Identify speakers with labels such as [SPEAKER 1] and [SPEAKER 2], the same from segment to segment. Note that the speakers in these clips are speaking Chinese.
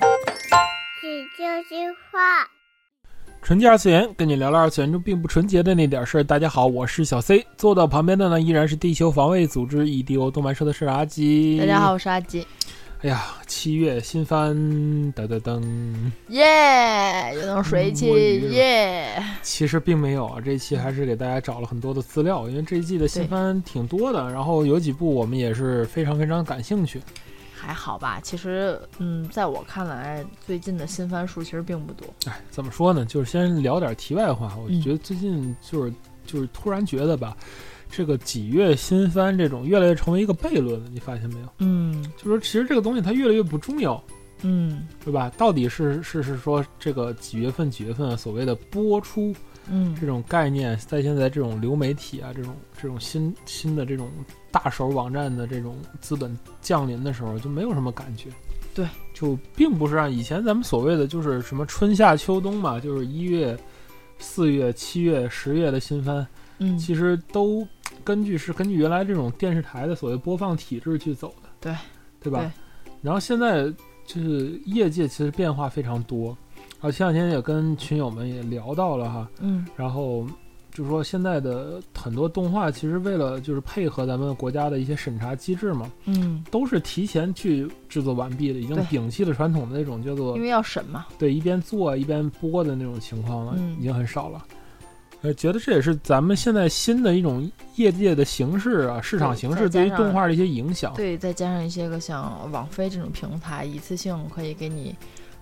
[SPEAKER 1] 只就是话，
[SPEAKER 2] 纯洁二次元，跟你聊聊二次元中并不纯洁的那点事儿。大家好，我是小 C，坐到旁边的呢依然是地球防卫组织 EDO 动漫社的社长阿基。
[SPEAKER 3] 大家好，。我是阿吉。
[SPEAKER 2] 哎呀，七月新番噔噔噔，
[SPEAKER 3] 耶、有种水
[SPEAKER 2] 摸鱼
[SPEAKER 3] 气
[SPEAKER 2] 了
[SPEAKER 3] 耶
[SPEAKER 2] 其实并没有啊，这一期还是给大家找了很多的资料，因为这一季的新番挺多的，然后有几部我们也是非常非常感兴趣。
[SPEAKER 3] 还好吧？其实，嗯，在我看来，最近的新番数其实并不多。
[SPEAKER 2] 哎，怎么说呢？就是先聊点题外话。我
[SPEAKER 3] 嗯
[SPEAKER 2] 觉得最近就是、就是突然觉得吧，这个几月新番这种越来越成为一个悖论了，你发现没有？
[SPEAKER 3] 嗯
[SPEAKER 2] 就说其实这个东西它越来越不重要，
[SPEAKER 3] 嗯
[SPEAKER 2] 对吧？到底是是是说这个几月份几月份所谓的播出这
[SPEAKER 3] 嗯
[SPEAKER 2] 种概念，在现在这种流媒体啊，这种这种新新的这种大手网站的这种资本降临的时候，就没有什么感觉。
[SPEAKER 3] 对，
[SPEAKER 2] 就并不是让啊以前咱们所谓的就是什么春夏秋冬嘛，就是一月、四月、七月、十月的新番，
[SPEAKER 3] 嗯，
[SPEAKER 2] 其实都根据是根据原来这种电视台的所谓播放体制去走的，
[SPEAKER 3] 对，
[SPEAKER 2] 对吧？然后现在就是业界其实变化非常多，啊，前两天也跟群友们也聊到了哈，
[SPEAKER 3] 嗯
[SPEAKER 2] 然后就说现在的很多动画其实为了就是配合咱们国家的一些审查机制嘛，
[SPEAKER 3] 嗯，
[SPEAKER 2] 都是提前去制作完毕的，已经
[SPEAKER 3] 对
[SPEAKER 2] 摒弃了传统的那种叫做
[SPEAKER 3] 因为要审嘛。
[SPEAKER 2] 对，一边做一边播的那种情况了，
[SPEAKER 3] 嗯
[SPEAKER 2] 已经很少了。呃，觉得这也是咱们现在新的一种业界的形式啊，市场
[SPEAKER 3] 对
[SPEAKER 2] 形
[SPEAKER 3] 再
[SPEAKER 2] 式对于
[SPEAKER 3] 加上
[SPEAKER 2] 动画的一些影响。
[SPEAKER 3] 对，再加上一些个像网飞这种平台，一次性可以给你，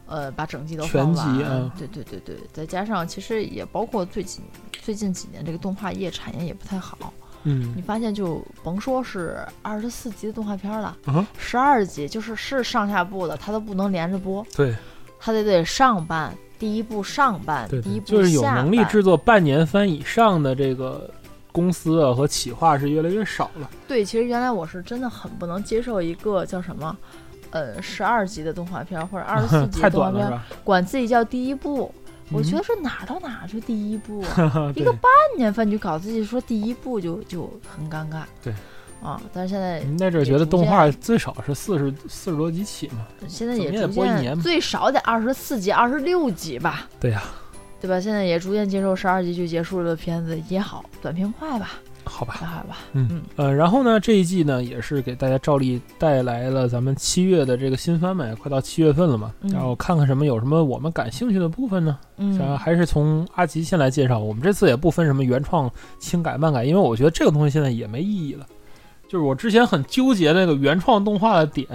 [SPEAKER 3] 呃，把整季都
[SPEAKER 2] 全
[SPEAKER 3] 放
[SPEAKER 2] 集
[SPEAKER 3] 完。
[SPEAKER 2] 嗯
[SPEAKER 3] 对对对对，再加上其实也包括最近最近几年这个动画业产业也不太好，你
[SPEAKER 2] 嗯，
[SPEAKER 3] 发现就甭说是二十四集的动画片了
[SPEAKER 2] 啊，
[SPEAKER 3] 十二、集就是是上下部的，它都不能连着播，
[SPEAKER 2] 对
[SPEAKER 3] 它得得上半第一部上半，
[SPEAKER 2] 对
[SPEAKER 3] 第
[SPEAKER 2] 对
[SPEAKER 3] 一，部
[SPEAKER 2] 就是有
[SPEAKER 3] 下
[SPEAKER 2] 能力
[SPEAKER 3] 半
[SPEAKER 2] 制作半年番以上的这个公司啊和企划是越来越少了。
[SPEAKER 3] 对，其实原来我是真的很不能接受一个叫什么，呃，十二集的动画片 儿或者二十四集
[SPEAKER 2] 太
[SPEAKER 3] 的动
[SPEAKER 2] 短了
[SPEAKER 3] 画片
[SPEAKER 2] 是
[SPEAKER 3] 儿，
[SPEAKER 2] 吧？
[SPEAKER 3] 管自己叫第一部。我
[SPEAKER 2] 嗯，
[SPEAKER 3] 觉得这哪儿到哪儿就第一部啊
[SPEAKER 2] 哈
[SPEAKER 3] 一
[SPEAKER 2] 嗯对
[SPEAKER 3] 个，半年份就搞自己说第一部就就很尴尬。
[SPEAKER 2] 对，嗯
[SPEAKER 3] 啊，但是现在
[SPEAKER 2] 那阵儿觉得动画最少是四十四十多集起嘛。
[SPEAKER 3] 嗯现在
[SPEAKER 2] 怎
[SPEAKER 3] 也
[SPEAKER 2] 么也
[SPEAKER 3] 逐
[SPEAKER 2] 播一年
[SPEAKER 3] 渐
[SPEAKER 2] 吧
[SPEAKER 3] 最少得二十四集、二十六集吧，
[SPEAKER 2] 对呀、
[SPEAKER 3] 对吧？现在也逐渐接受十二集就结束了的片子也好，短平快吧，
[SPEAKER 2] 好吧。
[SPEAKER 3] 还好吧。
[SPEAKER 2] 呃，然后呢，这一季呢也是给大家照例带来了咱们七月的这个新番嘛，也快到七月份了嘛，
[SPEAKER 3] 嗯
[SPEAKER 2] 然后看看什么有什么我们感兴趣的部分呢？想要
[SPEAKER 3] 嗯，
[SPEAKER 2] 还是从阿吉先来介绍，我们这次也不分什么原创、轻改、漫改，因为我觉得这个东西现在也没意义了。就是我之前很纠结那个原创动画的点，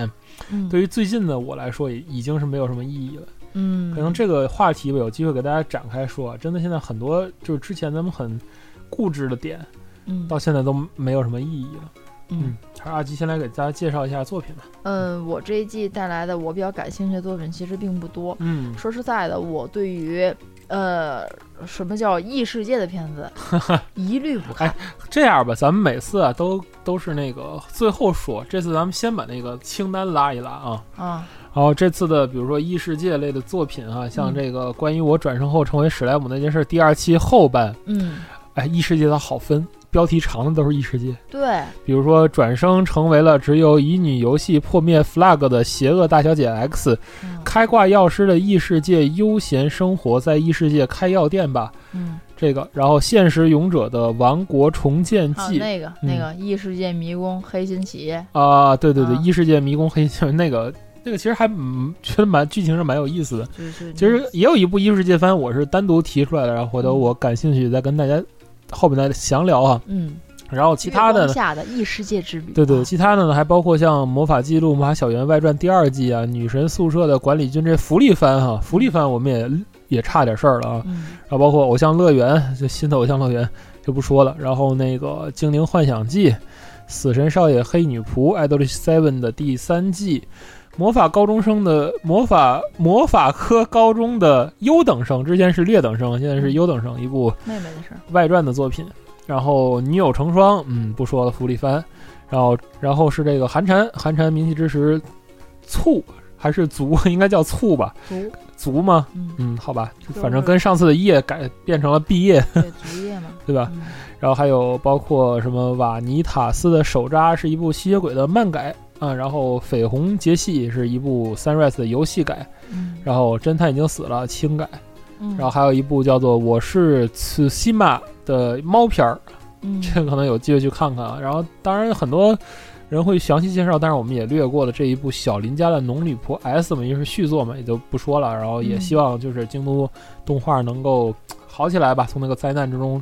[SPEAKER 3] 嗯，
[SPEAKER 2] 对于最近的我来说也已经是没有什么意义了。
[SPEAKER 3] 嗯，
[SPEAKER 2] 可能这个话题我有机会给大家展开说啊，真的现在很多就是之前咱们很固执的点，
[SPEAKER 3] 嗯
[SPEAKER 2] 到现在都没有什么意义了。
[SPEAKER 3] 嗯
[SPEAKER 2] 嗯，还是阿吉先来给大家介绍一下作品吧。
[SPEAKER 3] 嗯，我这一季带来的我比较感兴趣的作品其实并不多。
[SPEAKER 2] 嗯，
[SPEAKER 3] 说实在的，我对于呃什么叫异世界的片 子一律不看。
[SPEAKER 2] 这样吧，咱们每次啊都都是那个最后说，这次咱们先把那个清单拉一拉啊。
[SPEAKER 3] 啊，
[SPEAKER 2] 然后这次的，比如说异世界类的作品啊，像这个关于我转生后成为史莱姆那件事第二期后半，
[SPEAKER 3] 嗯，
[SPEAKER 2] 哎，异世界它好分，标题长的都是异世界。
[SPEAKER 3] 对，
[SPEAKER 2] 比如说转生成为了只有乙女游戏破灭 flag 的邪恶大小姐 X，
[SPEAKER 3] 嗯
[SPEAKER 2] 开挂药师的异世界悠闲生活，在异世界开药店吧。
[SPEAKER 3] 嗯，
[SPEAKER 2] 这个，然后《现实勇者的王国重建
[SPEAKER 3] 还有
[SPEAKER 2] 记》
[SPEAKER 3] 哦那个
[SPEAKER 2] 嗯
[SPEAKER 3] 那个异世界迷宫黑心企业，
[SPEAKER 2] 啊，对对对，
[SPEAKER 3] 啊
[SPEAKER 2] 异世界迷宫黑心那个 那个其实还嗯觉得蛮剧情是蛮有意思的。
[SPEAKER 3] 就是
[SPEAKER 2] 其实也有一部异世界番，我是单独提出来的，然后回头
[SPEAKER 3] 嗯
[SPEAKER 2] 我感兴趣再跟大家后面再详聊啊。
[SPEAKER 3] 嗯，
[SPEAKER 2] 然后其他
[SPEAKER 3] 月
[SPEAKER 2] 的
[SPEAKER 3] 光
[SPEAKER 2] 呢，
[SPEAKER 3] 下的异世界之旅，
[SPEAKER 2] 对对，
[SPEAKER 3] 啊
[SPEAKER 2] 其他的呢还包括像《魔法记录》《魔法小圆外传》第二季啊，《女神宿舍的管理军》这福利番哈、福利番我们也也差点事儿了啊。
[SPEAKER 3] 嗯
[SPEAKER 2] 然后包括《偶像乐园》就新的《偶像乐园》就不说了，然后那个《精灵幻想记》《死神少爷黑女仆》《Idol Seven》的第三季，《魔法高中生的魔法魔法科高中的优等生》，之前是劣等生，现在是优等生，一部
[SPEAKER 3] 妹妹的事儿，
[SPEAKER 2] 外传的作品。然后《女友成双》，嗯，不说了，福利番。然后，然后是这个寒蝉，寒蝉名气之时，醋还是足， 应该叫醋吧？
[SPEAKER 3] 足，
[SPEAKER 2] 足吗？
[SPEAKER 3] 嗯，
[SPEAKER 2] 嗯，好吧，就
[SPEAKER 3] 就是
[SPEAKER 2] 反正跟上次的业改变成了毕业，
[SPEAKER 3] 对，足业嘛，
[SPEAKER 2] 对吧？
[SPEAKER 3] 嗯
[SPEAKER 2] 然后还有包括什么瓦尼塔斯的手札是一部吸血鬼的漫改，啊，然后《绯红杰系》是一部 Sunrise 的游戏改，
[SPEAKER 3] 嗯
[SPEAKER 2] 然后《侦探已经死了》轻改，
[SPEAKER 3] 嗯，
[SPEAKER 2] 然后还有一部叫做《我是次西玛》的猫片儿，
[SPEAKER 3] 嗯
[SPEAKER 2] 这个可能有机会去看看啊。然后当然很多人会详细介绍，但是我们也略过了这一部《小林家的农女仆 S》嘛，也是续作嘛，也就不说了。然后也
[SPEAKER 3] 嗯
[SPEAKER 2] 希望就是京都动画能够好起来吧，从那个灾难之中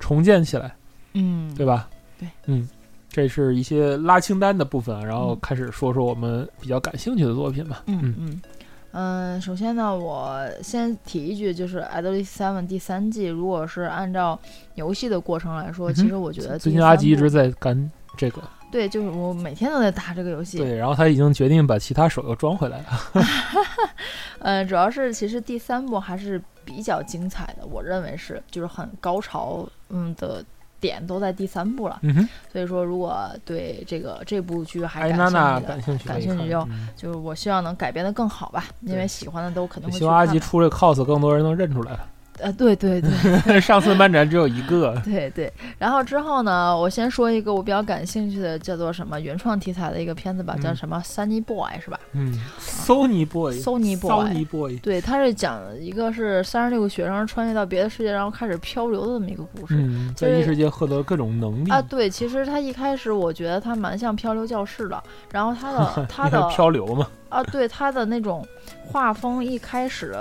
[SPEAKER 2] 重建起来，
[SPEAKER 3] 嗯，
[SPEAKER 2] 对吧？
[SPEAKER 3] 对，
[SPEAKER 2] 嗯。这是一些拉清单的部分啊，然后
[SPEAKER 3] 嗯
[SPEAKER 2] 开始说说我们比较感兴趣的作品吧。
[SPEAKER 3] 嗯嗯。嗯，首先呢，我先提一句，就是《a d o l e s Seven》第三季，如果是按照游戏的过程来说，
[SPEAKER 2] 嗯哼
[SPEAKER 3] 其实我觉得
[SPEAKER 2] 最
[SPEAKER 3] 第
[SPEAKER 2] 近阿
[SPEAKER 3] 三
[SPEAKER 2] 吉一
[SPEAKER 3] 部
[SPEAKER 2] 直在干这个，
[SPEAKER 3] 对，就是我每天都在打这个游戏。
[SPEAKER 2] 对，然后他已经决定把其他手游装回来了。
[SPEAKER 3] 呃，主要是其实第三部还是比较精彩的，我认为是就是很高潮，嗯的点都在第三部了。
[SPEAKER 2] 嗯 哼，
[SPEAKER 3] 所以说，如果对这个这部剧还
[SPEAKER 2] 艾
[SPEAKER 3] 感
[SPEAKER 2] 哎娜
[SPEAKER 3] 兴
[SPEAKER 2] 娜
[SPEAKER 3] 趣的，
[SPEAKER 2] 兴趣可
[SPEAKER 3] 感
[SPEAKER 2] 以
[SPEAKER 3] 兴
[SPEAKER 2] 看，
[SPEAKER 3] 趣就
[SPEAKER 2] 嗯
[SPEAKER 3] 就是我希望能改编的更好吧，因
[SPEAKER 2] 对
[SPEAKER 3] 为喜欢的都肯定会
[SPEAKER 2] 希
[SPEAKER 3] 去
[SPEAKER 2] 望阿
[SPEAKER 3] 看
[SPEAKER 2] 吉
[SPEAKER 3] 嘛。
[SPEAKER 2] 出这 cos 更多人能认出来 吧。
[SPEAKER 3] 呃，对对对
[SPEAKER 2] 上次漫展只有一个，
[SPEAKER 3] 对对。然后之后呢，我先说一个我比较感兴趣的，叫做什么原创题材的一个片子吧，叫
[SPEAKER 2] 嗯
[SPEAKER 3] 什么《Sunny Boy》是吧？
[SPEAKER 2] 嗯，Sony Boy。
[SPEAKER 3] Sony Boy
[SPEAKER 2] Sony Boy，
[SPEAKER 3] 对，它是讲一个是三十六个学生穿越到别的世界，然后开始漂流的这么一个故事。
[SPEAKER 2] 嗯，在
[SPEAKER 3] 就是
[SPEAKER 2] 异世界获得各种能力
[SPEAKER 3] 啊，对，其实他一开始我觉得他蛮像漂流教室的，然后他 的他
[SPEAKER 2] 因为
[SPEAKER 3] 的
[SPEAKER 2] 漂流嘛，
[SPEAKER 3] 啊，对他的那种画风一开始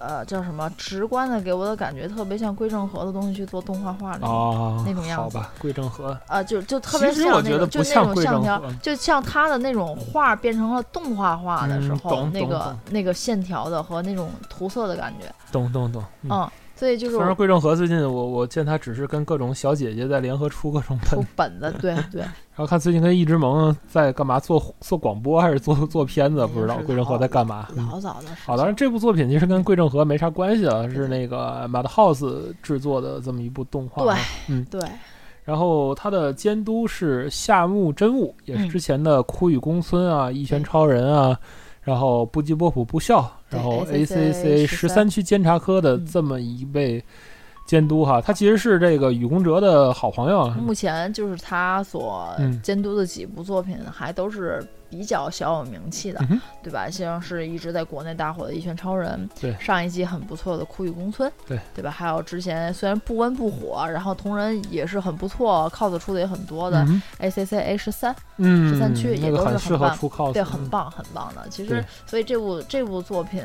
[SPEAKER 3] 呃叫什么直观的给我的感觉特别像归正和的东西去做动画画那种
[SPEAKER 2] 哦，
[SPEAKER 3] 嗯那种样
[SPEAKER 2] 好
[SPEAKER 3] 子
[SPEAKER 2] 吧，桂正和，
[SPEAKER 3] 啊，就就特别
[SPEAKER 2] 其实我
[SPEAKER 3] 像
[SPEAKER 2] 觉
[SPEAKER 3] 那
[SPEAKER 2] 得不
[SPEAKER 3] 种就那
[SPEAKER 2] 像
[SPEAKER 3] 种
[SPEAKER 2] 归
[SPEAKER 3] 像
[SPEAKER 2] 正
[SPEAKER 3] 条
[SPEAKER 2] 和，
[SPEAKER 3] 就像他的那种画变成了动画画的时
[SPEAKER 2] 嗯
[SPEAKER 3] 候，
[SPEAKER 2] 懂
[SPEAKER 3] 那
[SPEAKER 2] 懂
[SPEAKER 3] 个
[SPEAKER 2] 懂
[SPEAKER 3] 那个线条的和那种涂色的感觉，
[SPEAKER 2] 懂懂懂，嗯
[SPEAKER 3] 嗯，所以就是
[SPEAKER 2] 虽然
[SPEAKER 3] 我
[SPEAKER 2] 桂正和最近我我见他只是跟各种小姐姐在联合出各种本
[SPEAKER 3] 出本的，对 对。
[SPEAKER 2] 然后看最近跟易之萌在干嘛做做广播还是做做片子，
[SPEAKER 3] 哎
[SPEAKER 2] 不知道
[SPEAKER 3] 是
[SPEAKER 2] 桂正和在干嘛。嗯
[SPEAKER 3] 老早的事
[SPEAKER 2] 好，当然
[SPEAKER 3] 情，
[SPEAKER 2] 这部作品其实跟桂正和没啥关系了，是那个 Madhouse 制作的这么一部动画。
[SPEAKER 3] 对，
[SPEAKER 2] 嗯，
[SPEAKER 3] 对，
[SPEAKER 2] 然后他的监督是夏目真悟，也是
[SPEAKER 3] 嗯
[SPEAKER 2] 之前的《枯与公孙》啊，《一拳超人》啊，然后《布吉波普部校》，然后
[SPEAKER 3] 对
[SPEAKER 2] ACC 十三区监察科的
[SPEAKER 3] 嗯
[SPEAKER 2] 这么一位监督哈，他其实是这个雨宫哲的好朋友啊，
[SPEAKER 3] 目前就是他所
[SPEAKER 2] 嗯
[SPEAKER 3] 监督的几部作品还都是比较小有名气的，
[SPEAKER 2] 嗯哼
[SPEAKER 3] 对吧？像是一直在国内大火的《一拳超人》，
[SPEAKER 2] 对
[SPEAKER 3] 上一季很不错的《酷与公孙》，
[SPEAKER 2] 对，
[SPEAKER 3] 对吧？还有之前虽然不温不火，然后同人也是很不错，cos 出的也很多的
[SPEAKER 2] 嗯哼
[SPEAKER 3] ACCA 十三，
[SPEAKER 2] 嗯，
[SPEAKER 3] 13区
[SPEAKER 2] 那
[SPEAKER 3] 也
[SPEAKER 2] 个
[SPEAKER 3] 都是
[SPEAKER 2] 很
[SPEAKER 3] 很
[SPEAKER 2] 适合
[SPEAKER 3] 棒
[SPEAKER 2] 出 cos，
[SPEAKER 3] 对，很
[SPEAKER 2] 嗯
[SPEAKER 3] 棒，很棒的。其
[SPEAKER 2] 对
[SPEAKER 3] 实，所以这部这部作品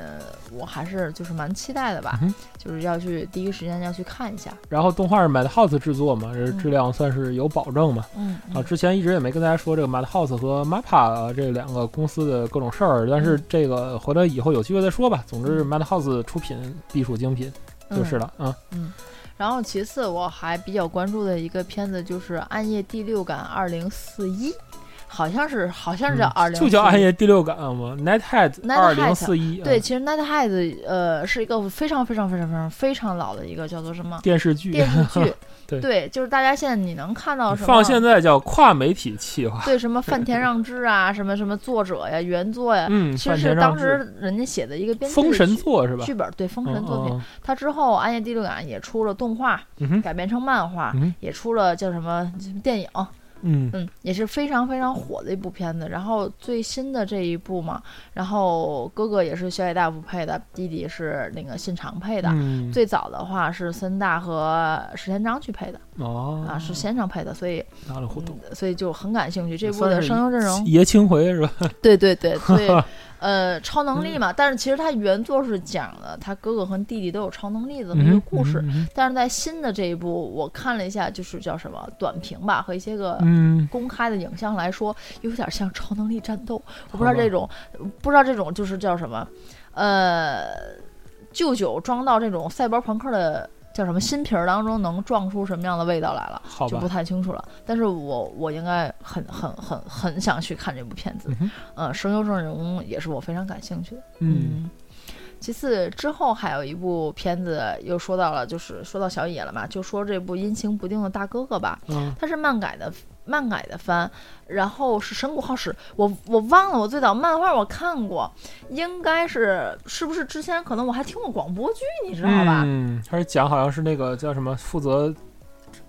[SPEAKER 3] 我还是就是蛮期待的吧，
[SPEAKER 2] 嗯哼
[SPEAKER 3] 就是要去第一时间要去看一下。
[SPEAKER 2] 然后动画是 Madhouse 制作嘛，这质量算是有保证嘛。
[SPEAKER 3] 嗯，
[SPEAKER 2] 啊，
[SPEAKER 3] 嗯
[SPEAKER 2] 之前一直也没跟大家说这个 Madhouse 和 MAPPA、啊这两个公司的各种事儿，但是
[SPEAKER 3] 嗯
[SPEAKER 2] 这个回头以后有机会再说吧。总之
[SPEAKER 3] 嗯
[SPEAKER 2] ，Madhouse 出品必属精品就是了啊。
[SPEAKER 3] 然后其次，我还比较关注的一个片子就是《暗夜第六感二零四一》，好像是好像是叫二
[SPEAKER 2] 嗯
[SPEAKER 3] 零、
[SPEAKER 2] 就叫暗。夜第六感啊嘛，Nighthead 二
[SPEAKER 3] Nighthead
[SPEAKER 2] 零四一，
[SPEAKER 3] 对，
[SPEAKER 2] 啊
[SPEAKER 3] 其实《Night Head》呃是一个非常非常非常非常非常老的一个叫做什么
[SPEAKER 2] 电视剧，
[SPEAKER 3] 电视剧
[SPEAKER 2] 啊对
[SPEAKER 3] 就是大家现在你能看到什么
[SPEAKER 2] 放现在叫跨媒体企划。
[SPEAKER 3] 对什么饭田让之啊，什么什么作者呀、原作呀，
[SPEAKER 2] 嗯，
[SPEAKER 3] 呃其
[SPEAKER 2] 饭
[SPEAKER 3] 实
[SPEAKER 2] 田
[SPEAKER 3] 是
[SPEAKER 2] 让
[SPEAKER 3] 当
[SPEAKER 2] 治
[SPEAKER 3] 时人家写的一个编剧
[SPEAKER 2] 封神
[SPEAKER 3] 剧
[SPEAKER 2] 作是吧？
[SPEAKER 3] 剧本，对《封神》作品。
[SPEAKER 2] 嗯
[SPEAKER 3] 它之后，《暗夜第六感》也出了动画，
[SPEAKER 2] 嗯哼
[SPEAKER 3] 改编成漫画，
[SPEAKER 2] 嗯
[SPEAKER 3] 也出了叫什么电影，
[SPEAKER 2] 嗯
[SPEAKER 3] 嗯，也是非常非常火的一部片子。然后最新的这一部嘛，然后哥哥也是小野大辅配的，弟弟是那个信长配的。
[SPEAKER 2] 嗯，
[SPEAKER 3] 最早的话是森大和石田章去配的、
[SPEAKER 2] 哦
[SPEAKER 3] 啊，是先生配的，所以、
[SPEAKER 2] 拿了互动。嗯
[SPEAKER 3] 嗯所以就很感兴趣这部
[SPEAKER 2] 算
[SPEAKER 3] 的
[SPEAKER 2] 是
[SPEAKER 3] 声优阵容。
[SPEAKER 2] 爷青回是吧？
[SPEAKER 3] 对对对，所 以呃，超能力嘛，
[SPEAKER 2] 嗯
[SPEAKER 3] 但是其实他原作是讲了他哥哥和弟弟都有超能力的这么一个故事，
[SPEAKER 2] 嗯
[SPEAKER 3] 但是在新的这一部，我看了一下，就是叫什么短评吧和一些个
[SPEAKER 2] 嗯，
[SPEAKER 3] 公开的影像来说，有点像超能力战斗。我不知
[SPEAKER 2] 好
[SPEAKER 3] 道
[SPEAKER 2] 吧
[SPEAKER 3] 这种，不知道这种就是叫什么，呃，舅舅装到这种赛博朋克的叫什么新瓶儿当中，能撞出什么样的味道来了，
[SPEAKER 2] 好
[SPEAKER 3] 就
[SPEAKER 2] 吧
[SPEAKER 3] 不，太清楚了。但是我我应该很很很很想去看这部片子
[SPEAKER 2] 嗯，哼
[SPEAKER 3] 呃，声优阵容也是我非常感兴趣的。
[SPEAKER 2] 嗯，
[SPEAKER 3] 其次，之后还有一部片子又说到了，就是说到小野了嘛，就说这部阴晴不定的大哥哥吧，
[SPEAKER 2] 嗯
[SPEAKER 3] 它是漫改的漫改的番，然后是神谷浩史，我我忘了，我最早漫画我看过，应该是是不是之前可能我
[SPEAKER 2] 嗯
[SPEAKER 3] 还听过广播剧，你知道吧？
[SPEAKER 2] 嗯，他是讲好像是那个叫什么负责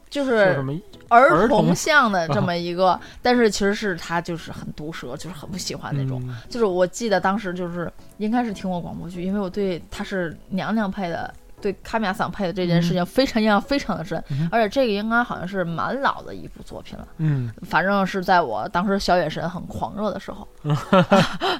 [SPEAKER 3] 就
[SPEAKER 2] 叫
[SPEAKER 3] 是
[SPEAKER 2] 什么？
[SPEAKER 3] 儿
[SPEAKER 2] 儿童
[SPEAKER 3] 童向的这么一个，但是其实是他就是很毒舌，就是很不喜欢啊那种。
[SPEAKER 2] 嗯
[SPEAKER 3] 就是我记得当时就是应该是听过广播剧，因为我对他是娘娘配的，对卡米亚桑配的这件事情非常印象非常的深，
[SPEAKER 2] 嗯哼
[SPEAKER 3] 而且这个应该好像是蛮老的一部作品了，
[SPEAKER 2] 嗯，
[SPEAKER 3] 反正是在我当时小眼神很狂热的 时候，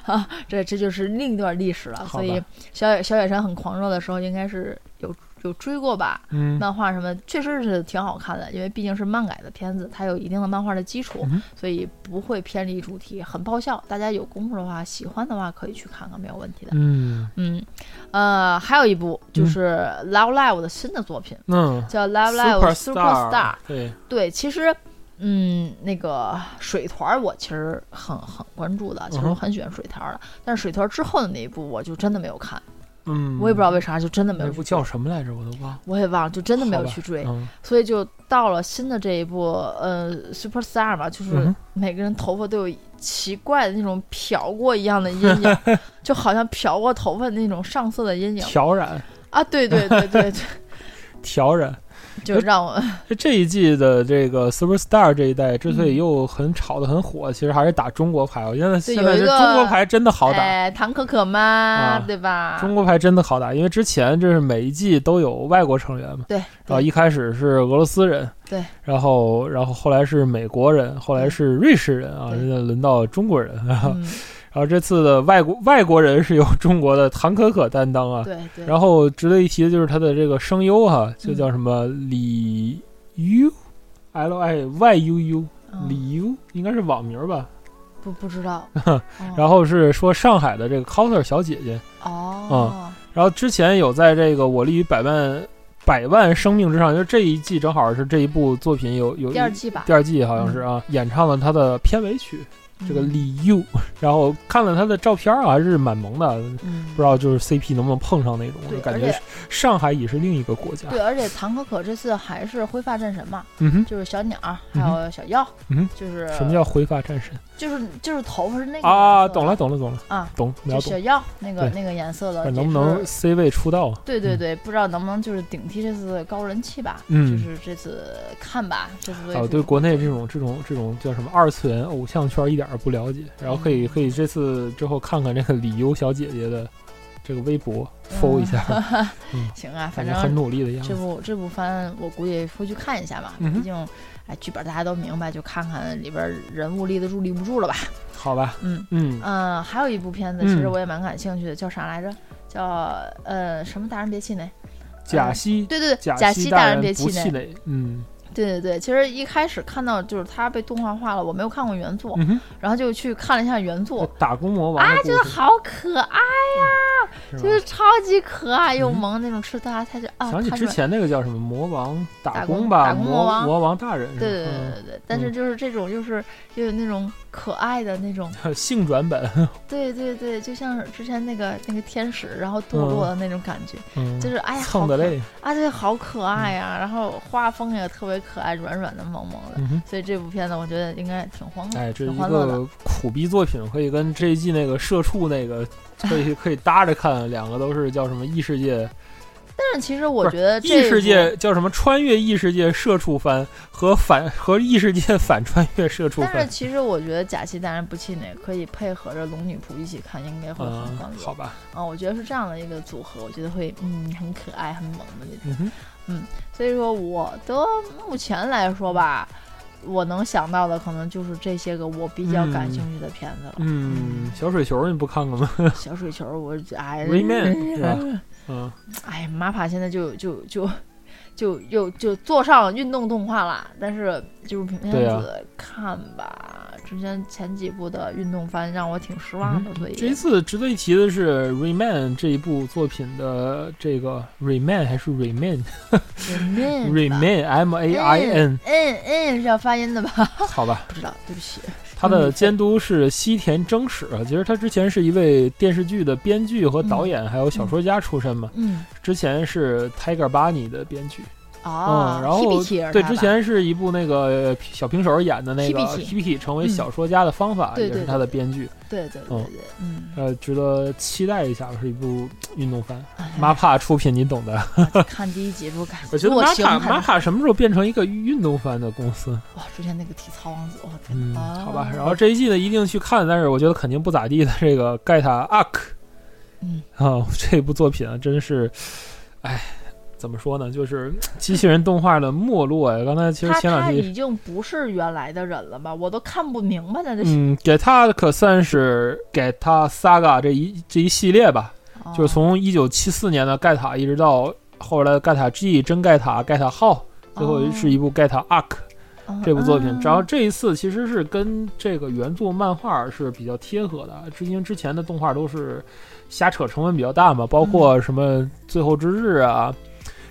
[SPEAKER 3] 啊这这就是另一段历史了。
[SPEAKER 2] 好
[SPEAKER 3] 所
[SPEAKER 2] 吧
[SPEAKER 3] 以小眼小眼神很狂热的时候，应该是有有追过吧，
[SPEAKER 2] 嗯，
[SPEAKER 3] 漫画什么确实是挺好看的，因为毕竟是漫改的片子，它有一定的漫画的基础
[SPEAKER 2] 嗯，哼
[SPEAKER 3] 所以不会偏离主题，很爆笑。大家有功夫的话，喜欢的话可以去看看，没有问题的。
[SPEAKER 2] 嗯，
[SPEAKER 3] 嗯，呃，还有一部就是《Love Live》的新的作品，
[SPEAKER 2] 那
[SPEAKER 3] 叫《Love Live Superstar》。
[SPEAKER 2] 对，
[SPEAKER 3] 对，其实，嗯，那个水团儿我其实很很关注的，其实
[SPEAKER 2] 嗯
[SPEAKER 3] 我
[SPEAKER 2] 哼
[SPEAKER 3] 很喜欢水团儿的，但是水团儿之后的那一部我就真的没有看，
[SPEAKER 2] 嗯，
[SPEAKER 3] 我也不知道为啥，就真的没
[SPEAKER 2] 那
[SPEAKER 3] 有
[SPEAKER 2] 部
[SPEAKER 3] 去
[SPEAKER 2] 叫
[SPEAKER 3] 追。
[SPEAKER 2] 什么来着，我都忘了。
[SPEAKER 3] 我也忘了，就真的没有
[SPEAKER 2] 嗯好吧
[SPEAKER 3] 去追。
[SPEAKER 2] 嗯
[SPEAKER 3] 所以就到了新的这一部，呃，Super Star 吧，就
[SPEAKER 2] 嗯
[SPEAKER 3] 是
[SPEAKER 2] 哼
[SPEAKER 3] 每个人头发都有奇怪的那种漂过一样的 阴影，就好像漂过头发的那种上色的阴影
[SPEAKER 2] 挑染，
[SPEAKER 3] 啊！对对对 对对，
[SPEAKER 2] 挑染。
[SPEAKER 3] 就让我
[SPEAKER 2] 这一季的这个 Superstar 这一代之
[SPEAKER 3] 嗯
[SPEAKER 2] 所以又很炒得很火，其实还是打中国牌。我现在
[SPEAKER 3] 对
[SPEAKER 2] 现在
[SPEAKER 3] 有一
[SPEAKER 2] 这
[SPEAKER 3] 个
[SPEAKER 2] 中国牌真的好打，
[SPEAKER 3] 哎，唐可可妈，
[SPEAKER 2] 啊
[SPEAKER 3] 对吧？
[SPEAKER 2] 中国牌真的好打，因为之前这是每一季都有外国成员嘛，
[SPEAKER 3] 对，
[SPEAKER 2] 然后一开始是俄罗斯人，
[SPEAKER 3] 对，
[SPEAKER 2] 然后然后后来是美国人，后来是瑞士人啊，
[SPEAKER 3] 对
[SPEAKER 2] 现在轮到中国 人，然
[SPEAKER 3] 嗯，
[SPEAKER 2] 后这次的外国外国人是由中国的唐可可担当啊，
[SPEAKER 3] 对嗯对，
[SPEAKER 2] 然后值得一提的就是他的这个声优哈、就叫什么李 U。L I Y U U
[SPEAKER 3] 嗯
[SPEAKER 2] 李 U 应该是网名儿吧，
[SPEAKER 3] 不不知 道，嗯
[SPEAKER 2] 然后是说上海的这个 coser 小姐姐，
[SPEAKER 3] 后哦，
[SPEAKER 2] 然后之前有在这个《我立于百万百万生命之上》，就是这一季正好是这一部作品有有
[SPEAKER 3] 第二季吧，
[SPEAKER 2] 第二季好像是啊，演唱了他的片尾曲，这个
[SPEAKER 3] 嗯，
[SPEAKER 2] 李 U，然后看了他的照片啊，还是蛮萌的，
[SPEAKER 3] 嗯，
[SPEAKER 2] 不知道就是 CP 能不能碰上那种，
[SPEAKER 3] 对
[SPEAKER 2] 就感
[SPEAKER 3] 而
[SPEAKER 2] 觉
[SPEAKER 3] 且
[SPEAKER 2] 上海也是另一个国家。
[SPEAKER 3] 对，而且唐可可这次还是灰发战神嘛，
[SPEAKER 2] 嗯哼，
[SPEAKER 3] 就是小鸟儿，
[SPEAKER 2] 嗯
[SPEAKER 3] 还
[SPEAKER 2] 哼
[SPEAKER 3] 有小妖，
[SPEAKER 2] 嗯哼
[SPEAKER 3] 就是
[SPEAKER 2] 什么叫回发战神
[SPEAKER 3] 就是就是头发是那个
[SPEAKER 2] 啊？
[SPEAKER 3] 颜色的
[SPEAKER 2] 懂了，懂了，懂了
[SPEAKER 3] 啊，
[SPEAKER 2] 懂
[SPEAKER 3] 就
[SPEAKER 2] 秒
[SPEAKER 3] 小
[SPEAKER 2] 懂。
[SPEAKER 3] 药那个
[SPEAKER 2] 对
[SPEAKER 3] 那个颜色的，
[SPEAKER 2] 看能
[SPEAKER 3] 也
[SPEAKER 2] 不能
[SPEAKER 3] 是
[SPEAKER 2] C 位出道啊？
[SPEAKER 3] 对对对，不知道能不能就是顶替这次的高人气吧，
[SPEAKER 2] 嗯
[SPEAKER 3] 就是这次看吧，这次
[SPEAKER 2] 啊，对国内这种这种这种叫什么二次元偶像圈一点儿不了解，然后可
[SPEAKER 3] 嗯
[SPEAKER 2] 以可以这次之后看看这个李优小姐姐的这个微博，follow 一 下，
[SPEAKER 3] 行
[SPEAKER 2] 感
[SPEAKER 3] 啊，嗯反
[SPEAKER 2] 觉很
[SPEAKER 3] 正
[SPEAKER 2] 努力的样
[SPEAKER 3] 这
[SPEAKER 2] 子。
[SPEAKER 3] 部这部番我估计会去看一下吧，
[SPEAKER 2] 嗯哼
[SPEAKER 3] 毕竟哎剧本大家都明白，就看看里边人物立得住立不住了吧。
[SPEAKER 2] 好吧，
[SPEAKER 3] 嗯
[SPEAKER 2] 嗯，
[SPEAKER 3] 嗯，还有一部片子其实
[SPEAKER 2] 嗯
[SPEAKER 3] 我也蛮感兴趣的，叫啥来着？叫呃什么大人别气馁？
[SPEAKER 2] 贾西
[SPEAKER 3] 对对对，
[SPEAKER 2] 贾
[SPEAKER 3] 贾
[SPEAKER 2] 西
[SPEAKER 3] 西
[SPEAKER 2] 大
[SPEAKER 3] 人别
[SPEAKER 2] 不
[SPEAKER 3] 气馁
[SPEAKER 2] 气。馁，嗯
[SPEAKER 3] 对对对，其实一开始看到就是它被动画化了，我没有看过原作，
[SPEAKER 2] 嗯哼，
[SPEAKER 3] 然后就去看了一下原
[SPEAKER 2] 这
[SPEAKER 3] 作，
[SPEAKER 2] 打工魔王啊，
[SPEAKER 3] 觉得好可爱，
[SPEAKER 2] 是吧
[SPEAKER 3] 就是超级可爱又萌那种吃它，它就啊，
[SPEAKER 2] 嗯想起
[SPEAKER 3] 看
[SPEAKER 2] 之
[SPEAKER 3] 出来
[SPEAKER 2] 前那个叫什么魔王打
[SPEAKER 3] 打
[SPEAKER 2] 工
[SPEAKER 3] 工
[SPEAKER 2] 吧，
[SPEAKER 3] 打工魔
[SPEAKER 2] 魔
[SPEAKER 3] 王
[SPEAKER 2] 魔王大人是吧，
[SPEAKER 3] 对对对对对，
[SPEAKER 2] 嗯
[SPEAKER 3] 但是就是这种就是又有那种可爱的那种，
[SPEAKER 2] 嗯 性转本，
[SPEAKER 3] 对对对，就像是之前那个那个天使然后堕落的那种感觉，
[SPEAKER 2] 嗯
[SPEAKER 3] 就是哎呀，
[SPEAKER 2] 蹭的
[SPEAKER 3] 好可
[SPEAKER 2] 累，
[SPEAKER 3] 啊，对，好可
[SPEAKER 2] 嗯
[SPEAKER 3] 爱呀、然后画风也特别可爱，软软的萌萌的，
[SPEAKER 2] 嗯哼。
[SPEAKER 3] 所以这部片子我觉得应该挺欢乐，
[SPEAKER 2] 哎，这
[SPEAKER 3] 嗯挺
[SPEAKER 2] 一
[SPEAKER 3] 欢乐的。
[SPEAKER 2] 个苦逼作品，可以跟这一季那个社畜那 个可以可以搭着看，两个都是叫什么异世界，
[SPEAKER 3] 但是其实我
[SPEAKER 2] 不是
[SPEAKER 3] 觉得
[SPEAKER 2] 异
[SPEAKER 3] 这一
[SPEAKER 2] 世
[SPEAKER 3] 部
[SPEAKER 2] 界叫什么穿越异世界社畜番和反和异世界反穿越社畜
[SPEAKER 3] 但是
[SPEAKER 2] 番。
[SPEAKER 3] 其实我觉得假期当然不气馁，可以配合着龙女仆一起看，应该会很
[SPEAKER 2] 嗯
[SPEAKER 3] 欢，乐
[SPEAKER 2] 好。吧，
[SPEAKER 3] 啊，我觉得是这样的一个组合，我觉得会嗯很可爱、很萌的那种。
[SPEAKER 2] 嗯哼，
[SPEAKER 3] 所以说，我的目前来说吧，我能想到的可能就是这些个我比较感兴趣的片子了。
[SPEAKER 2] 嗯，小水球你不看过吗
[SPEAKER 3] 小水球儿，我哎
[SPEAKER 2] ？Rayman 嗯是吧？嗯，
[SPEAKER 3] 哎，玛卡现在就就就。就又就做上运动动画啦，但是就是平
[SPEAKER 2] 对
[SPEAKER 3] 常
[SPEAKER 2] 啊
[SPEAKER 3] 子看吧，之前前几部的运动番让我挺失望的，所以
[SPEAKER 2] 这一次值得一提的是《Rayman》这一部作品的这个 Rayman 还是 Rayman？Rayman
[SPEAKER 3] 人民吧哎
[SPEAKER 2] M A I N，
[SPEAKER 3] 嗯嗯是要发音的吧？
[SPEAKER 2] 好吧。
[SPEAKER 3] 不知道，对不起。
[SPEAKER 2] 他的监督是西田征史，其实他之前是一位电视剧的编嗯剧和导演，还有小说家出身嘛。
[SPEAKER 3] 嗯
[SPEAKER 2] 之前是 Tiger Bunny 的编剧，
[SPEAKER 3] 啊，
[SPEAKER 2] 嗯然后
[SPEAKER 3] Hibiki 是
[SPEAKER 2] 对，
[SPEAKER 3] 他
[SPEAKER 2] 之
[SPEAKER 3] 吧
[SPEAKER 2] 前是一部那个呃小平手演的那个
[SPEAKER 3] Hibiki
[SPEAKER 2] p p k 成为
[SPEAKER 3] 嗯
[SPEAKER 2] 小说家的方法，
[SPEAKER 3] 对
[SPEAKER 2] 也是
[SPEAKER 3] 对
[SPEAKER 2] 他的编剧，
[SPEAKER 3] 对对对
[SPEAKER 2] 嗯
[SPEAKER 3] 对，嗯，
[SPEAKER 2] 呃，值得期待一下，是一部运动番。
[SPEAKER 3] 哎
[SPEAKER 2] 马帕出品，您懂的。
[SPEAKER 3] 看第一集就感
[SPEAKER 2] 嗯我觉得
[SPEAKER 3] 我
[SPEAKER 2] 马
[SPEAKER 3] 行
[SPEAKER 2] 帕
[SPEAKER 3] 看
[SPEAKER 2] 马帕什么时候变成一个运动番的公司？
[SPEAKER 3] 哇，之前那个体操王子，我天，
[SPEAKER 2] 嗯，
[SPEAKER 3] 啊
[SPEAKER 2] 好吧。然后这一季呢，一定去看，但是我觉得肯定不咋地的。 这个盖塔 Ark，
[SPEAKER 3] 嗯
[SPEAKER 2] 啊， 这部作品啊，真是，哎，怎么说呢？就是机器人动画的没落 呀。刚才其实
[SPEAKER 3] 他
[SPEAKER 2] 前两
[SPEAKER 3] 他
[SPEAKER 2] 季
[SPEAKER 3] 已经不是原来的人了吧？我都看不明白了，这是
[SPEAKER 2] 嗯，给他可算是给他 Saga 这一这一系列吧，
[SPEAKER 3] 哦
[SPEAKER 2] 就是从一九七四年的盖塔一直到后来的盖塔 G、真盖塔、盖塔号，最后是一部盖塔 Arc
[SPEAKER 3] 哦
[SPEAKER 2] 这部作品
[SPEAKER 3] 嗯。
[SPEAKER 2] 然后这一次其实是跟这个原作漫画是比较贴合的，之因为之前的动画都是瞎扯成本比较大嘛，包
[SPEAKER 3] 嗯
[SPEAKER 2] 括什么《最后之日》啊。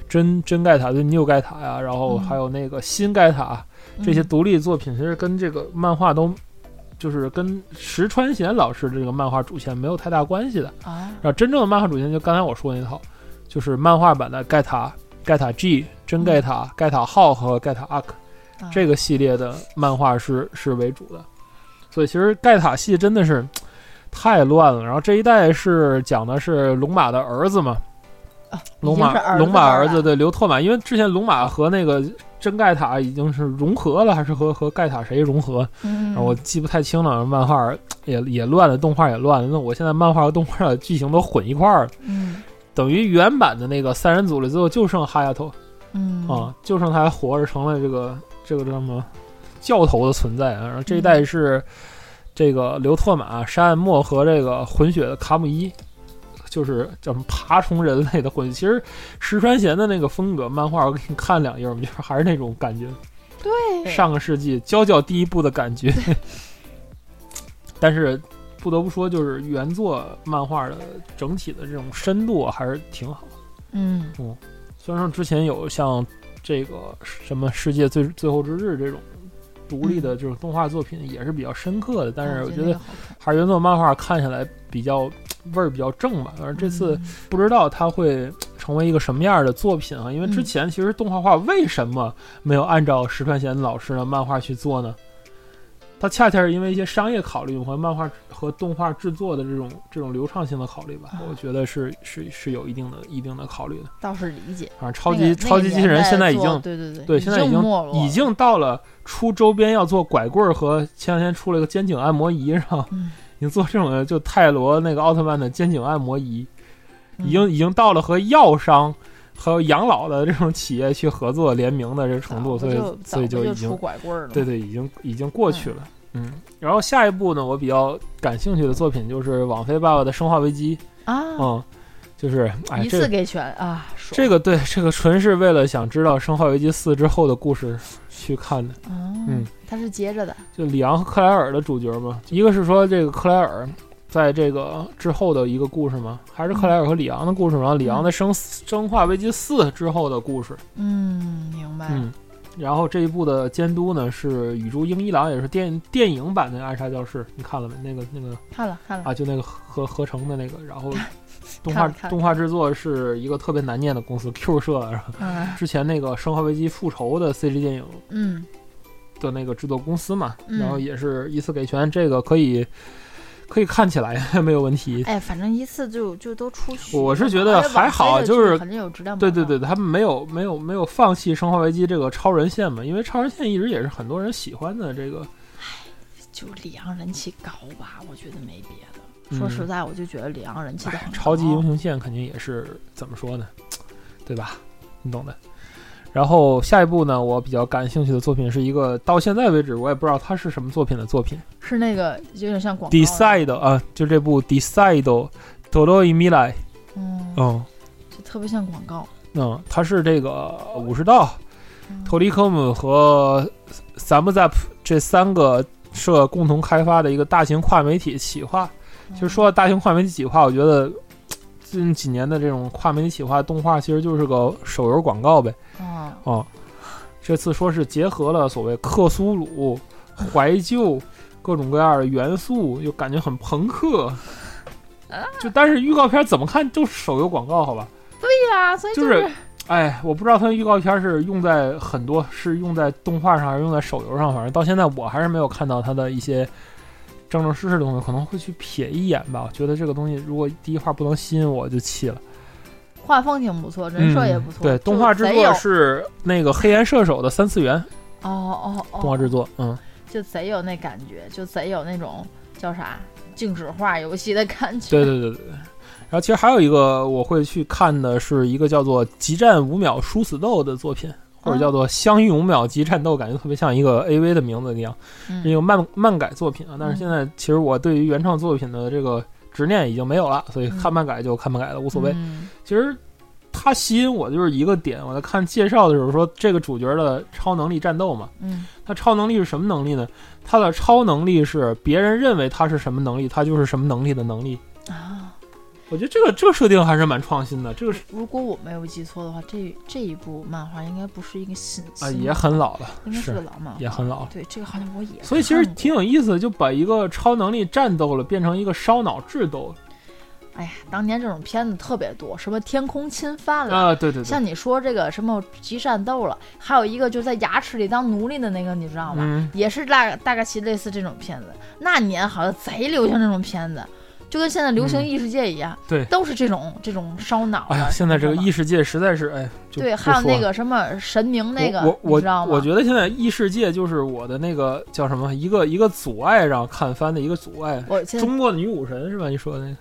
[SPEAKER 2] 真真盖塔对纽盖塔呀、然后
[SPEAKER 3] 嗯
[SPEAKER 2] 还有那个新盖塔，这些独立作品其实跟这个漫画都，就是跟石川贤老师这个漫画主线没有太大关系的。
[SPEAKER 3] 嗯啊
[SPEAKER 2] 然后真正的漫画主线就刚才我说的那套，就是漫画版的盖塔、盖塔 G、真盖塔、盖塔号和盖塔 Arc
[SPEAKER 3] 嗯啊
[SPEAKER 2] 这个系列的漫画是是为主的。所以其实盖塔系真的是太乱了。然后这一代是讲的是龙马的儿子嘛，
[SPEAKER 3] 啊
[SPEAKER 2] 龙
[SPEAKER 3] 已经是
[SPEAKER 2] 马
[SPEAKER 3] 儿
[SPEAKER 2] 龙马
[SPEAKER 3] 辈儿
[SPEAKER 2] 儿子
[SPEAKER 3] 了
[SPEAKER 2] 对刘拓马，因为之前龙马和那个真盖塔已经是融合了，还是和和盖塔谁融合？
[SPEAKER 3] 嗯
[SPEAKER 2] 然后我记不太清了，漫画也也乱了，动画也乱了。那我现在漫画和动画的剧情都混一块儿了，
[SPEAKER 3] 嗯
[SPEAKER 2] 等于原版的那个三人组了，最后就剩哈丫头
[SPEAKER 3] 嗯
[SPEAKER 2] 啊，就剩他还活着，成了这个这个叫什么教头的存在啊。然后这一代是这个刘拓马、沙岸墨和这个混血的卡姆伊，就是叫什么爬虫人类的混。其实石川贤的那个风格漫画，我给你看两页，我们就是还是那种感觉，
[SPEAKER 3] 对
[SPEAKER 2] 上个世纪娇娇第一部的感 觉。但是不得不说，就是原作漫画的整体的这种深度还是挺好。
[SPEAKER 3] 嗯
[SPEAKER 2] 虽然说之前有像这个什么《世界最最后之日》这种独立的这种动画作品，也是比较深刻的，但是
[SPEAKER 3] 啊我
[SPEAKER 2] 我觉
[SPEAKER 3] 嗯那个
[SPEAKER 2] 得
[SPEAKER 3] 好看
[SPEAKER 2] 还是原作漫画看下来比较味儿比较正吧。而这次
[SPEAKER 3] 嗯
[SPEAKER 2] 不知道它会成为一个什么样的作品啊？因为之
[SPEAKER 3] 嗯
[SPEAKER 2] 前其实动画化为什么没有按照石川贤老师的漫画去做呢？它恰恰是因为一些商业考虑和漫画和动画制作的这种这种流畅性的考虑吧
[SPEAKER 3] 啊，
[SPEAKER 2] 我觉得是是是有一定的一定的考虑的。
[SPEAKER 3] 倒是理解。
[SPEAKER 2] 反正啊超
[SPEAKER 3] 那
[SPEAKER 2] 级、
[SPEAKER 3] 个
[SPEAKER 2] 超级机器人现在已经
[SPEAKER 3] 对对对
[SPEAKER 2] 对现在已经
[SPEAKER 3] 没落了
[SPEAKER 2] 已经到了出周边要做拐棍儿和前两天出了个肩颈按摩仪，然后
[SPEAKER 3] 嗯
[SPEAKER 2] 已经做这种的就泰罗那个奥特曼的肩颈按摩仪，
[SPEAKER 3] 嗯
[SPEAKER 2] 已经已经到了和药商还有养老的这种企业去合作联名的这个程度，所
[SPEAKER 3] 早不
[SPEAKER 2] 以
[SPEAKER 3] 就
[SPEAKER 2] 所以
[SPEAKER 3] 早不
[SPEAKER 2] 已
[SPEAKER 3] 就
[SPEAKER 2] 经
[SPEAKER 3] 出拐棍儿了，
[SPEAKER 2] 对，对，已经已经过去了。嗯，然后下一部呢，我比较感兴趣的作品就是网飞爸爸的《生化危机》。
[SPEAKER 3] 啊，
[SPEAKER 2] 嗯，就是哎，
[SPEAKER 3] 一
[SPEAKER 2] 这个
[SPEAKER 3] 次给全啊，爽
[SPEAKER 2] 这个对，这个纯是为了想知道《生化危机四》之后的故事去看的。
[SPEAKER 3] 嗯
[SPEAKER 2] 嗯，
[SPEAKER 3] 它是接着的，
[SPEAKER 2] 就里昂和克莱尔的主角嘛，一个是说这个克莱尔在这个之后的一个故事嘛，还是克莱尔和里昂的故事嘛，然后里昂在生《生化危机四》之后的故事。
[SPEAKER 3] 嗯，明白，
[SPEAKER 2] 嗯，然后这一部的监督呢是宇珠英一郎，也是电电影版的《暗杀教室》，你看了没？那个那个
[SPEAKER 3] 看了看了，
[SPEAKER 2] 啊，就那个合合成的那个，然后。动
[SPEAKER 3] 看
[SPEAKER 2] 画
[SPEAKER 3] 了看了
[SPEAKER 2] 动画制作是一个特别难念的公司 Q 社，然后
[SPEAKER 3] 嗯
[SPEAKER 2] 之前那个《生化危机：复仇》的 CG 电影
[SPEAKER 3] 嗯
[SPEAKER 2] 的那个制作公司嘛，
[SPEAKER 3] 嗯
[SPEAKER 2] 然后也是一次给全，这个可以可以看起来 没有问题。
[SPEAKER 3] 哎，反正一次就就都出去了。
[SPEAKER 2] 我是觉得还好
[SPEAKER 3] 而且网飞的
[SPEAKER 2] 就是
[SPEAKER 3] 肯定有质量。
[SPEAKER 2] 对对对，，他们没有没有没有放弃《生化危机》这个超人线嘛，因为超人线一直也是很多人喜欢的这个。
[SPEAKER 3] 就里昂人气高吧，我觉得没别的。
[SPEAKER 2] 嗯
[SPEAKER 3] 说实在，我就觉得里昂人气都很
[SPEAKER 2] 哎
[SPEAKER 3] 高。
[SPEAKER 2] 超级英雄线肯定也是怎么说呢，对吧？你懂的。然后下一部呢，我比较感兴趣的作品是一个到现在为止我也不知道它是什么作品的作品，
[SPEAKER 3] 是那个有点像广告的。
[SPEAKER 2] Decide 啊，就这部 Decide Toro i m i l a
[SPEAKER 3] 嗯，
[SPEAKER 2] 嗯
[SPEAKER 3] 就特别像广告。
[SPEAKER 2] 嗯，它是这个武士道、
[SPEAKER 3] 嗯
[SPEAKER 2] t o r i c o m 和 SamZap 这三个社共同开发的一个大型跨媒体企划。其实说到大型跨媒体企划，我觉得最近几年的这种跨媒体企划动画，其实就是个手游广告呗。
[SPEAKER 3] 啊，
[SPEAKER 2] 啊，这次说是结合了所谓克苏鲁、怀旧各种各样的元素，又感觉很朋克。
[SPEAKER 3] 啊
[SPEAKER 2] 就但是预告片怎么看就是手游广告，好吧？
[SPEAKER 3] 对呀，所以
[SPEAKER 2] 就是是哎，我不知道它的预告片是用在很多是用在动画上还是用在手游上，反正到现在我还是没有看到它的一些正正式式的东西，可能会去瞥一眼吧。我觉得这个东西如果第一话不能吸引我，我就弃了。
[SPEAKER 3] 画风挺不错，人嗯设也不
[SPEAKER 2] 嗯
[SPEAKER 3] 错。
[SPEAKER 2] 对，动画制
[SPEAKER 3] 就贼有
[SPEAKER 2] 作是那个《黑岩射手》的三次元
[SPEAKER 3] 哦哦哦，
[SPEAKER 2] 动画制作，嗯，
[SPEAKER 3] 就贼有那感觉，就贼有那种叫啥静止画游戏的感觉。
[SPEAKER 2] 对对对对对。然后其实还有一个我会去看的是一个叫做《极战五秒殊死斗》的作品，或者叫做《相遇五秒即战斗》，感觉特别像一个 AV 的名字一样，是一
[SPEAKER 3] 嗯，
[SPEAKER 2] 个漫漫改作品啊。但是
[SPEAKER 3] 嗯
[SPEAKER 2] 现在其实我对于原创作品的这个执念已经没有了，所以
[SPEAKER 3] 嗯
[SPEAKER 2] 看漫改就看漫改了，无
[SPEAKER 3] 无
[SPEAKER 2] 所谓。
[SPEAKER 3] 嗯
[SPEAKER 2] 其实它吸引我就是一个点，我在看介绍的时候说这个主角的超能力战斗嘛，
[SPEAKER 3] 嗯
[SPEAKER 2] 他超能力是什么能力呢？他的超能力是别人认为他是什么能力，他就是什么能力的能力。
[SPEAKER 3] 啊，
[SPEAKER 2] 我觉得这个这个设定还是蛮创新的，这个是
[SPEAKER 3] 如果我没有记错的话，这这一部漫画应该不是一个新，
[SPEAKER 2] 啊、
[SPEAKER 3] 新
[SPEAKER 2] 也很老了，
[SPEAKER 3] 应该是个
[SPEAKER 2] 是
[SPEAKER 3] 老嗯漫画，
[SPEAKER 2] 也很老了。
[SPEAKER 3] 对，这个好像我也
[SPEAKER 2] 哦所以其实
[SPEAKER 3] 看过
[SPEAKER 2] 挺有意思的，就把一个超能力战斗了变成一个烧脑智斗
[SPEAKER 3] 哎呀，当年这种片子特别多，什么天空侵犯了，
[SPEAKER 2] 啊、对对对，
[SPEAKER 3] 像你说这个什么极战斗了，还有一个就在牙齿里当奴隶的那个，你知道吗？
[SPEAKER 2] 嗯，
[SPEAKER 3] 也是大大概其类似这种片子。那年好像贼流行这种片子，就跟现在流行
[SPEAKER 2] 嗯
[SPEAKER 3] 异世界一样，
[SPEAKER 2] 对
[SPEAKER 3] 都是这种这种烧脑的。
[SPEAKER 2] 哎呀，现在这个
[SPEAKER 3] 你知道吗
[SPEAKER 2] 异世界实在是哎，就
[SPEAKER 3] 嗯对，
[SPEAKER 2] 不
[SPEAKER 3] 还有
[SPEAKER 2] 说
[SPEAKER 3] 那
[SPEAKER 2] 了
[SPEAKER 3] 个什么神明那个，
[SPEAKER 2] 我我
[SPEAKER 3] 你知道
[SPEAKER 2] 我
[SPEAKER 3] 吗？
[SPEAKER 2] 我觉得现在异世界就是我的那个叫什么一个一个阻碍，让看番的一个阻碍。
[SPEAKER 3] 我现在
[SPEAKER 2] 中国女武神是吧？你说的那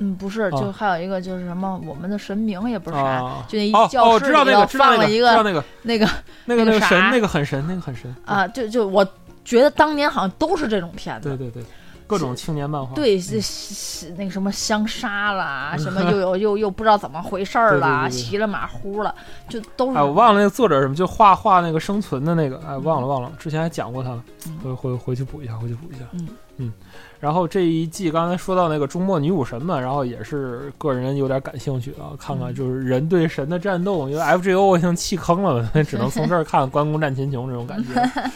[SPEAKER 3] 嗯不是，就
[SPEAKER 2] 啊
[SPEAKER 3] 还有一个就是什么我们的神明也不
[SPEAKER 2] 个
[SPEAKER 3] 是啥，
[SPEAKER 2] 啊？
[SPEAKER 3] 就那一
[SPEAKER 2] 哦
[SPEAKER 3] 教
[SPEAKER 2] 哦，
[SPEAKER 3] 室
[SPEAKER 2] 知
[SPEAKER 3] 里
[SPEAKER 2] 道那
[SPEAKER 3] 头
[SPEAKER 2] 个，知道
[SPEAKER 3] 放
[SPEAKER 2] 那
[SPEAKER 3] 了
[SPEAKER 2] 个，
[SPEAKER 3] 一
[SPEAKER 2] 知
[SPEAKER 3] 个
[SPEAKER 2] 道那个，
[SPEAKER 3] 那个
[SPEAKER 2] 那个
[SPEAKER 3] 那个
[SPEAKER 2] 个神
[SPEAKER 3] 啥，
[SPEAKER 2] 那个很神，那个很神。
[SPEAKER 3] 啊，就就我觉得当年好像都是这种片子
[SPEAKER 2] 对，对对，各种青年漫画。
[SPEAKER 3] 对，
[SPEAKER 2] 嗯
[SPEAKER 3] 这是那个什么相杀啦，什么又有又又不知道怎么回事儿啦，
[SPEAKER 2] 对对对对
[SPEAKER 3] 骑了马虎了，就都是
[SPEAKER 2] 哎，我忘了那个作者是什么，就画画那个生存的那个，哎，忘了忘了，之前还讲过他们
[SPEAKER 3] 嗯，
[SPEAKER 2] 回回回去补一下，回去补一下。
[SPEAKER 3] 嗯
[SPEAKER 2] 然后这一季刚才说到那个中末女武神嘛，然后也是个人有点感兴趣啊，看看
[SPEAKER 3] 嗯
[SPEAKER 2] 就是人对神的战斗，因为 FGO 我已经弃坑了， 只能从这儿看关公战秦琼这种感 觉。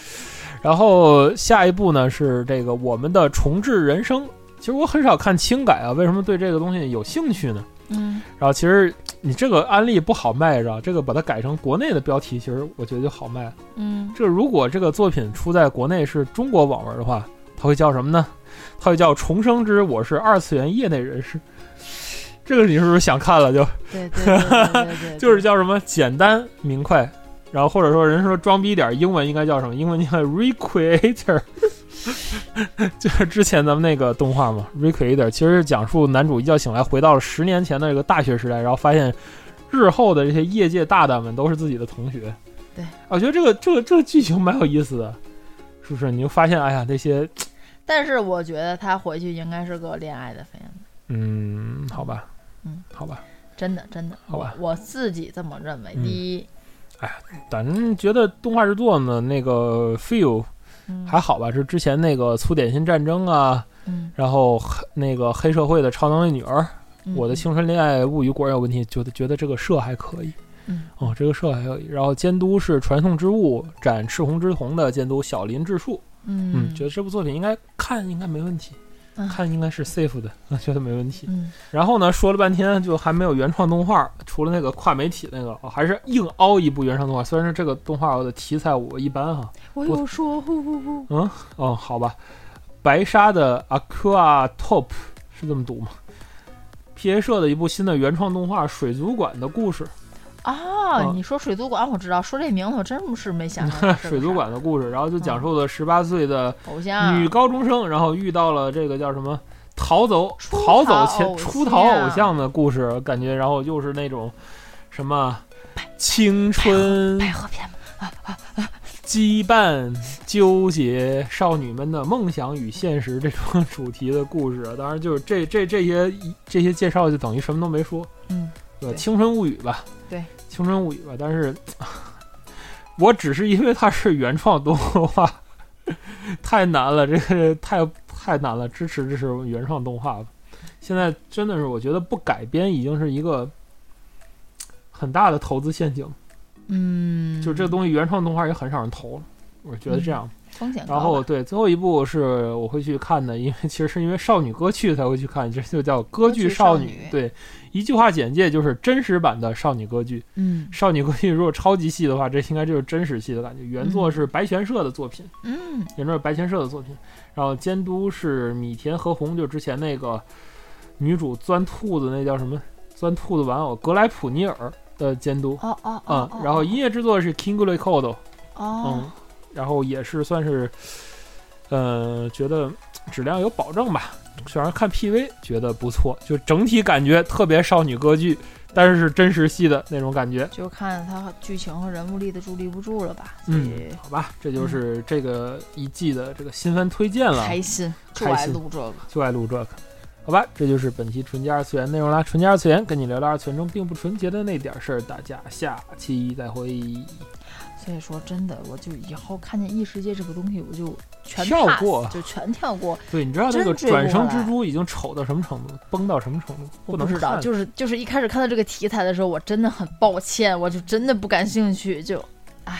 [SPEAKER 2] 然后下一步呢是这个我们的重置人生。其实我很少看轻改啊，为什么对这个东西有兴趣呢？
[SPEAKER 3] 嗯
[SPEAKER 2] 然后其实你这个案例不好卖，是吧？这个把它改成国内的标题，其实我觉得就好卖。
[SPEAKER 3] 嗯
[SPEAKER 2] 这如果这个作品出在国内是中国网文的话，它会叫什么呢？它会叫《重生之我是二次元业内人士》。这个你是不是想看了就？
[SPEAKER 3] 对对对对对 对，
[SPEAKER 2] 就是叫什么简单明快，然后或者说人说装逼点儿，英文应该叫什么？英文叫 recreator，就是之前咱们那个动画嘛，recreator，其实是讲述男主一觉醒来回到了十年前的这个大学时代，然后发现日后的这些业界大大们都是自己的同学。
[SPEAKER 3] 对
[SPEAKER 2] 啊，我觉得这个这个这个剧情蛮有意思的，是不是？你就发现，哎呀，那些
[SPEAKER 3] 但是我觉得他回去应该是个恋爱的片子，
[SPEAKER 2] 嗯，好吧，
[SPEAKER 3] 嗯，
[SPEAKER 2] 好吧，
[SPEAKER 3] 真的真的，
[SPEAKER 2] 好吧
[SPEAKER 3] 我我自己这么认为。
[SPEAKER 2] 啊嗯
[SPEAKER 3] 第一，
[SPEAKER 2] 反正觉得动画制作呢，那个 feel
[SPEAKER 3] 嗯
[SPEAKER 2] 还好吧，是之前那个粗点心战争啊，
[SPEAKER 3] 嗯，
[SPEAKER 2] 然后黑那个黑社会的超能力女儿，
[SPEAKER 3] 嗯
[SPEAKER 2] 我的青春恋爱物语果然有问题，觉得觉得这个社还可以，
[SPEAKER 3] 嗯
[SPEAKER 2] 哦，这个社还可以。然后监督是传送之物斩赤红之瞳的监督小林智树，
[SPEAKER 3] 嗯
[SPEAKER 2] 觉得这部作品应该看应该没问题，
[SPEAKER 3] 嗯
[SPEAKER 2] 看应该是 safe 的， 啊觉得没问题。
[SPEAKER 3] 嗯
[SPEAKER 2] 然后呢，说了半天就还没有原创动画，除了那个跨媒体那个，哦还是硬凹一部原创动画。虽然说这个动画的题材我一般哈，
[SPEAKER 3] 我有说呼呼呼，
[SPEAKER 2] 哦，好吧，白鲨的 Aqua Top 是这么读吗？P A 社的一部新的原创动画《水族馆的故事》，
[SPEAKER 3] 啊，
[SPEAKER 2] 哦
[SPEAKER 3] 你说水族馆我知道，说这名字我真是没想 到是个
[SPEAKER 2] 啊水族
[SPEAKER 3] 啥
[SPEAKER 2] 馆的嗯故事，然后就讲述了十八岁的
[SPEAKER 3] 偶像啊
[SPEAKER 2] 女高中生，然后遇到了这个叫什么逃走
[SPEAKER 3] 出
[SPEAKER 2] 逃走
[SPEAKER 3] 逃
[SPEAKER 2] 前
[SPEAKER 3] 偶
[SPEAKER 2] 出逃偶
[SPEAKER 3] 像
[SPEAKER 2] 像的故事，感觉然后又是那种什么青春
[SPEAKER 3] 百合片嘛，
[SPEAKER 2] 羁绊、纠结少女们的梦想与现实这种 主题的故事。啊当然，就是这这这些这些介绍就等于什么都没说，
[SPEAKER 3] 嗯
[SPEAKER 2] 对吧
[SPEAKER 3] 对
[SPEAKER 2] 青春物语吧，
[SPEAKER 3] 对，
[SPEAKER 2] 青春物语吧。但是， 我只是因为它是原创动画， 太难了，这个太太难了，支持支持我们原创动画吧。现在真的是，我觉得不改编已经是一个很大的投资陷阱。
[SPEAKER 3] 嗯，
[SPEAKER 2] 就这东西原创动画也很少人投了，我觉得这样。
[SPEAKER 3] 风嗯险高吧。
[SPEAKER 2] 然后对最后一部是我会去看的，因为其实是因为少女歌剧才会去看，其实就叫歌剧少
[SPEAKER 3] 歌剧少女
[SPEAKER 2] 对，一句话简介就是真实版的少女歌剧。
[SPEAKER 3] 嗯
[SPEAKER 2] 少女歌剧如果超级戏的话，这应该就是真实戏的感觉。原作是白泉社的作品，
[SPEAKER 3] 嗯
[SPEAKER 2] 原作是白泉社的作品，然后监督是米田和宏，就之前那个女主钻兔子那叫什么钻兔子玩偶格莱普尼尔的监督
[SPEAKER 3] 哦哦
[SPEAKER 2] 啊
[SPEAKER 3] 哦、哦
[SPEAKER 2] 然后音乐制作是 Kingley Code，嗯
[SPEAKER 3] 哦，
[SPEAKER 2] 然后也是算是，呃，觉得质量有保证吧。虽然看 PV 觉得不错，就整体感觉特别少女歌剧，但是是真实系的那种感觉。
[SPEAKER 3] 就看他剧情和人物立得住立不住了吧。所
[SPEAKER 2] 嗯
[SPEAKER 3] 以，
[SPEAKER 2] 好吧，这就是这个一季的这个新番推荐了，
[SPEAKER 3] 开心，就
[SPEAKER 2] 开
[SPEAKER 3] 爱
[SPEAKER 2] 心
[SPEAKER 3] 录这个。
[SPEAKER 2] 就爱录这个。好吧，这就是本期纯洁二次元内容啦。纯洁二次元跟你聊聊二次元中并不纯洁的那点事儿，大家下期再会。
[SPEAKER 3] 所以说，真的，我就以后看见异世界这个东西，我就全
[SPEAKER 2] 跳
[SPEAKER 3] pass，
[SPEAKER 2] 过
[SPEAKER 3] 就全跳过。
[SPEAKER 2] 对，你知道那
[SPEAKER 3] 真
[SPEAKER 2] 个
[SPEAKER 3] 追不
[SPEAKER 2] 转生
[SPEAKER 3] 过来
[SPEAKER 2] 蜘蛛已经丑到什么程度，崩到什么程度，
[SPEAKER 3] 我
[SPEAKER 2] 能
[SPEAKER 3] 不知道，
[SPEAKER 2] 看
[SPEAKER 3] 就是就是一开始看到这个题材的时候，我真的很抱歉，我就真的不感兴趣，就，唉，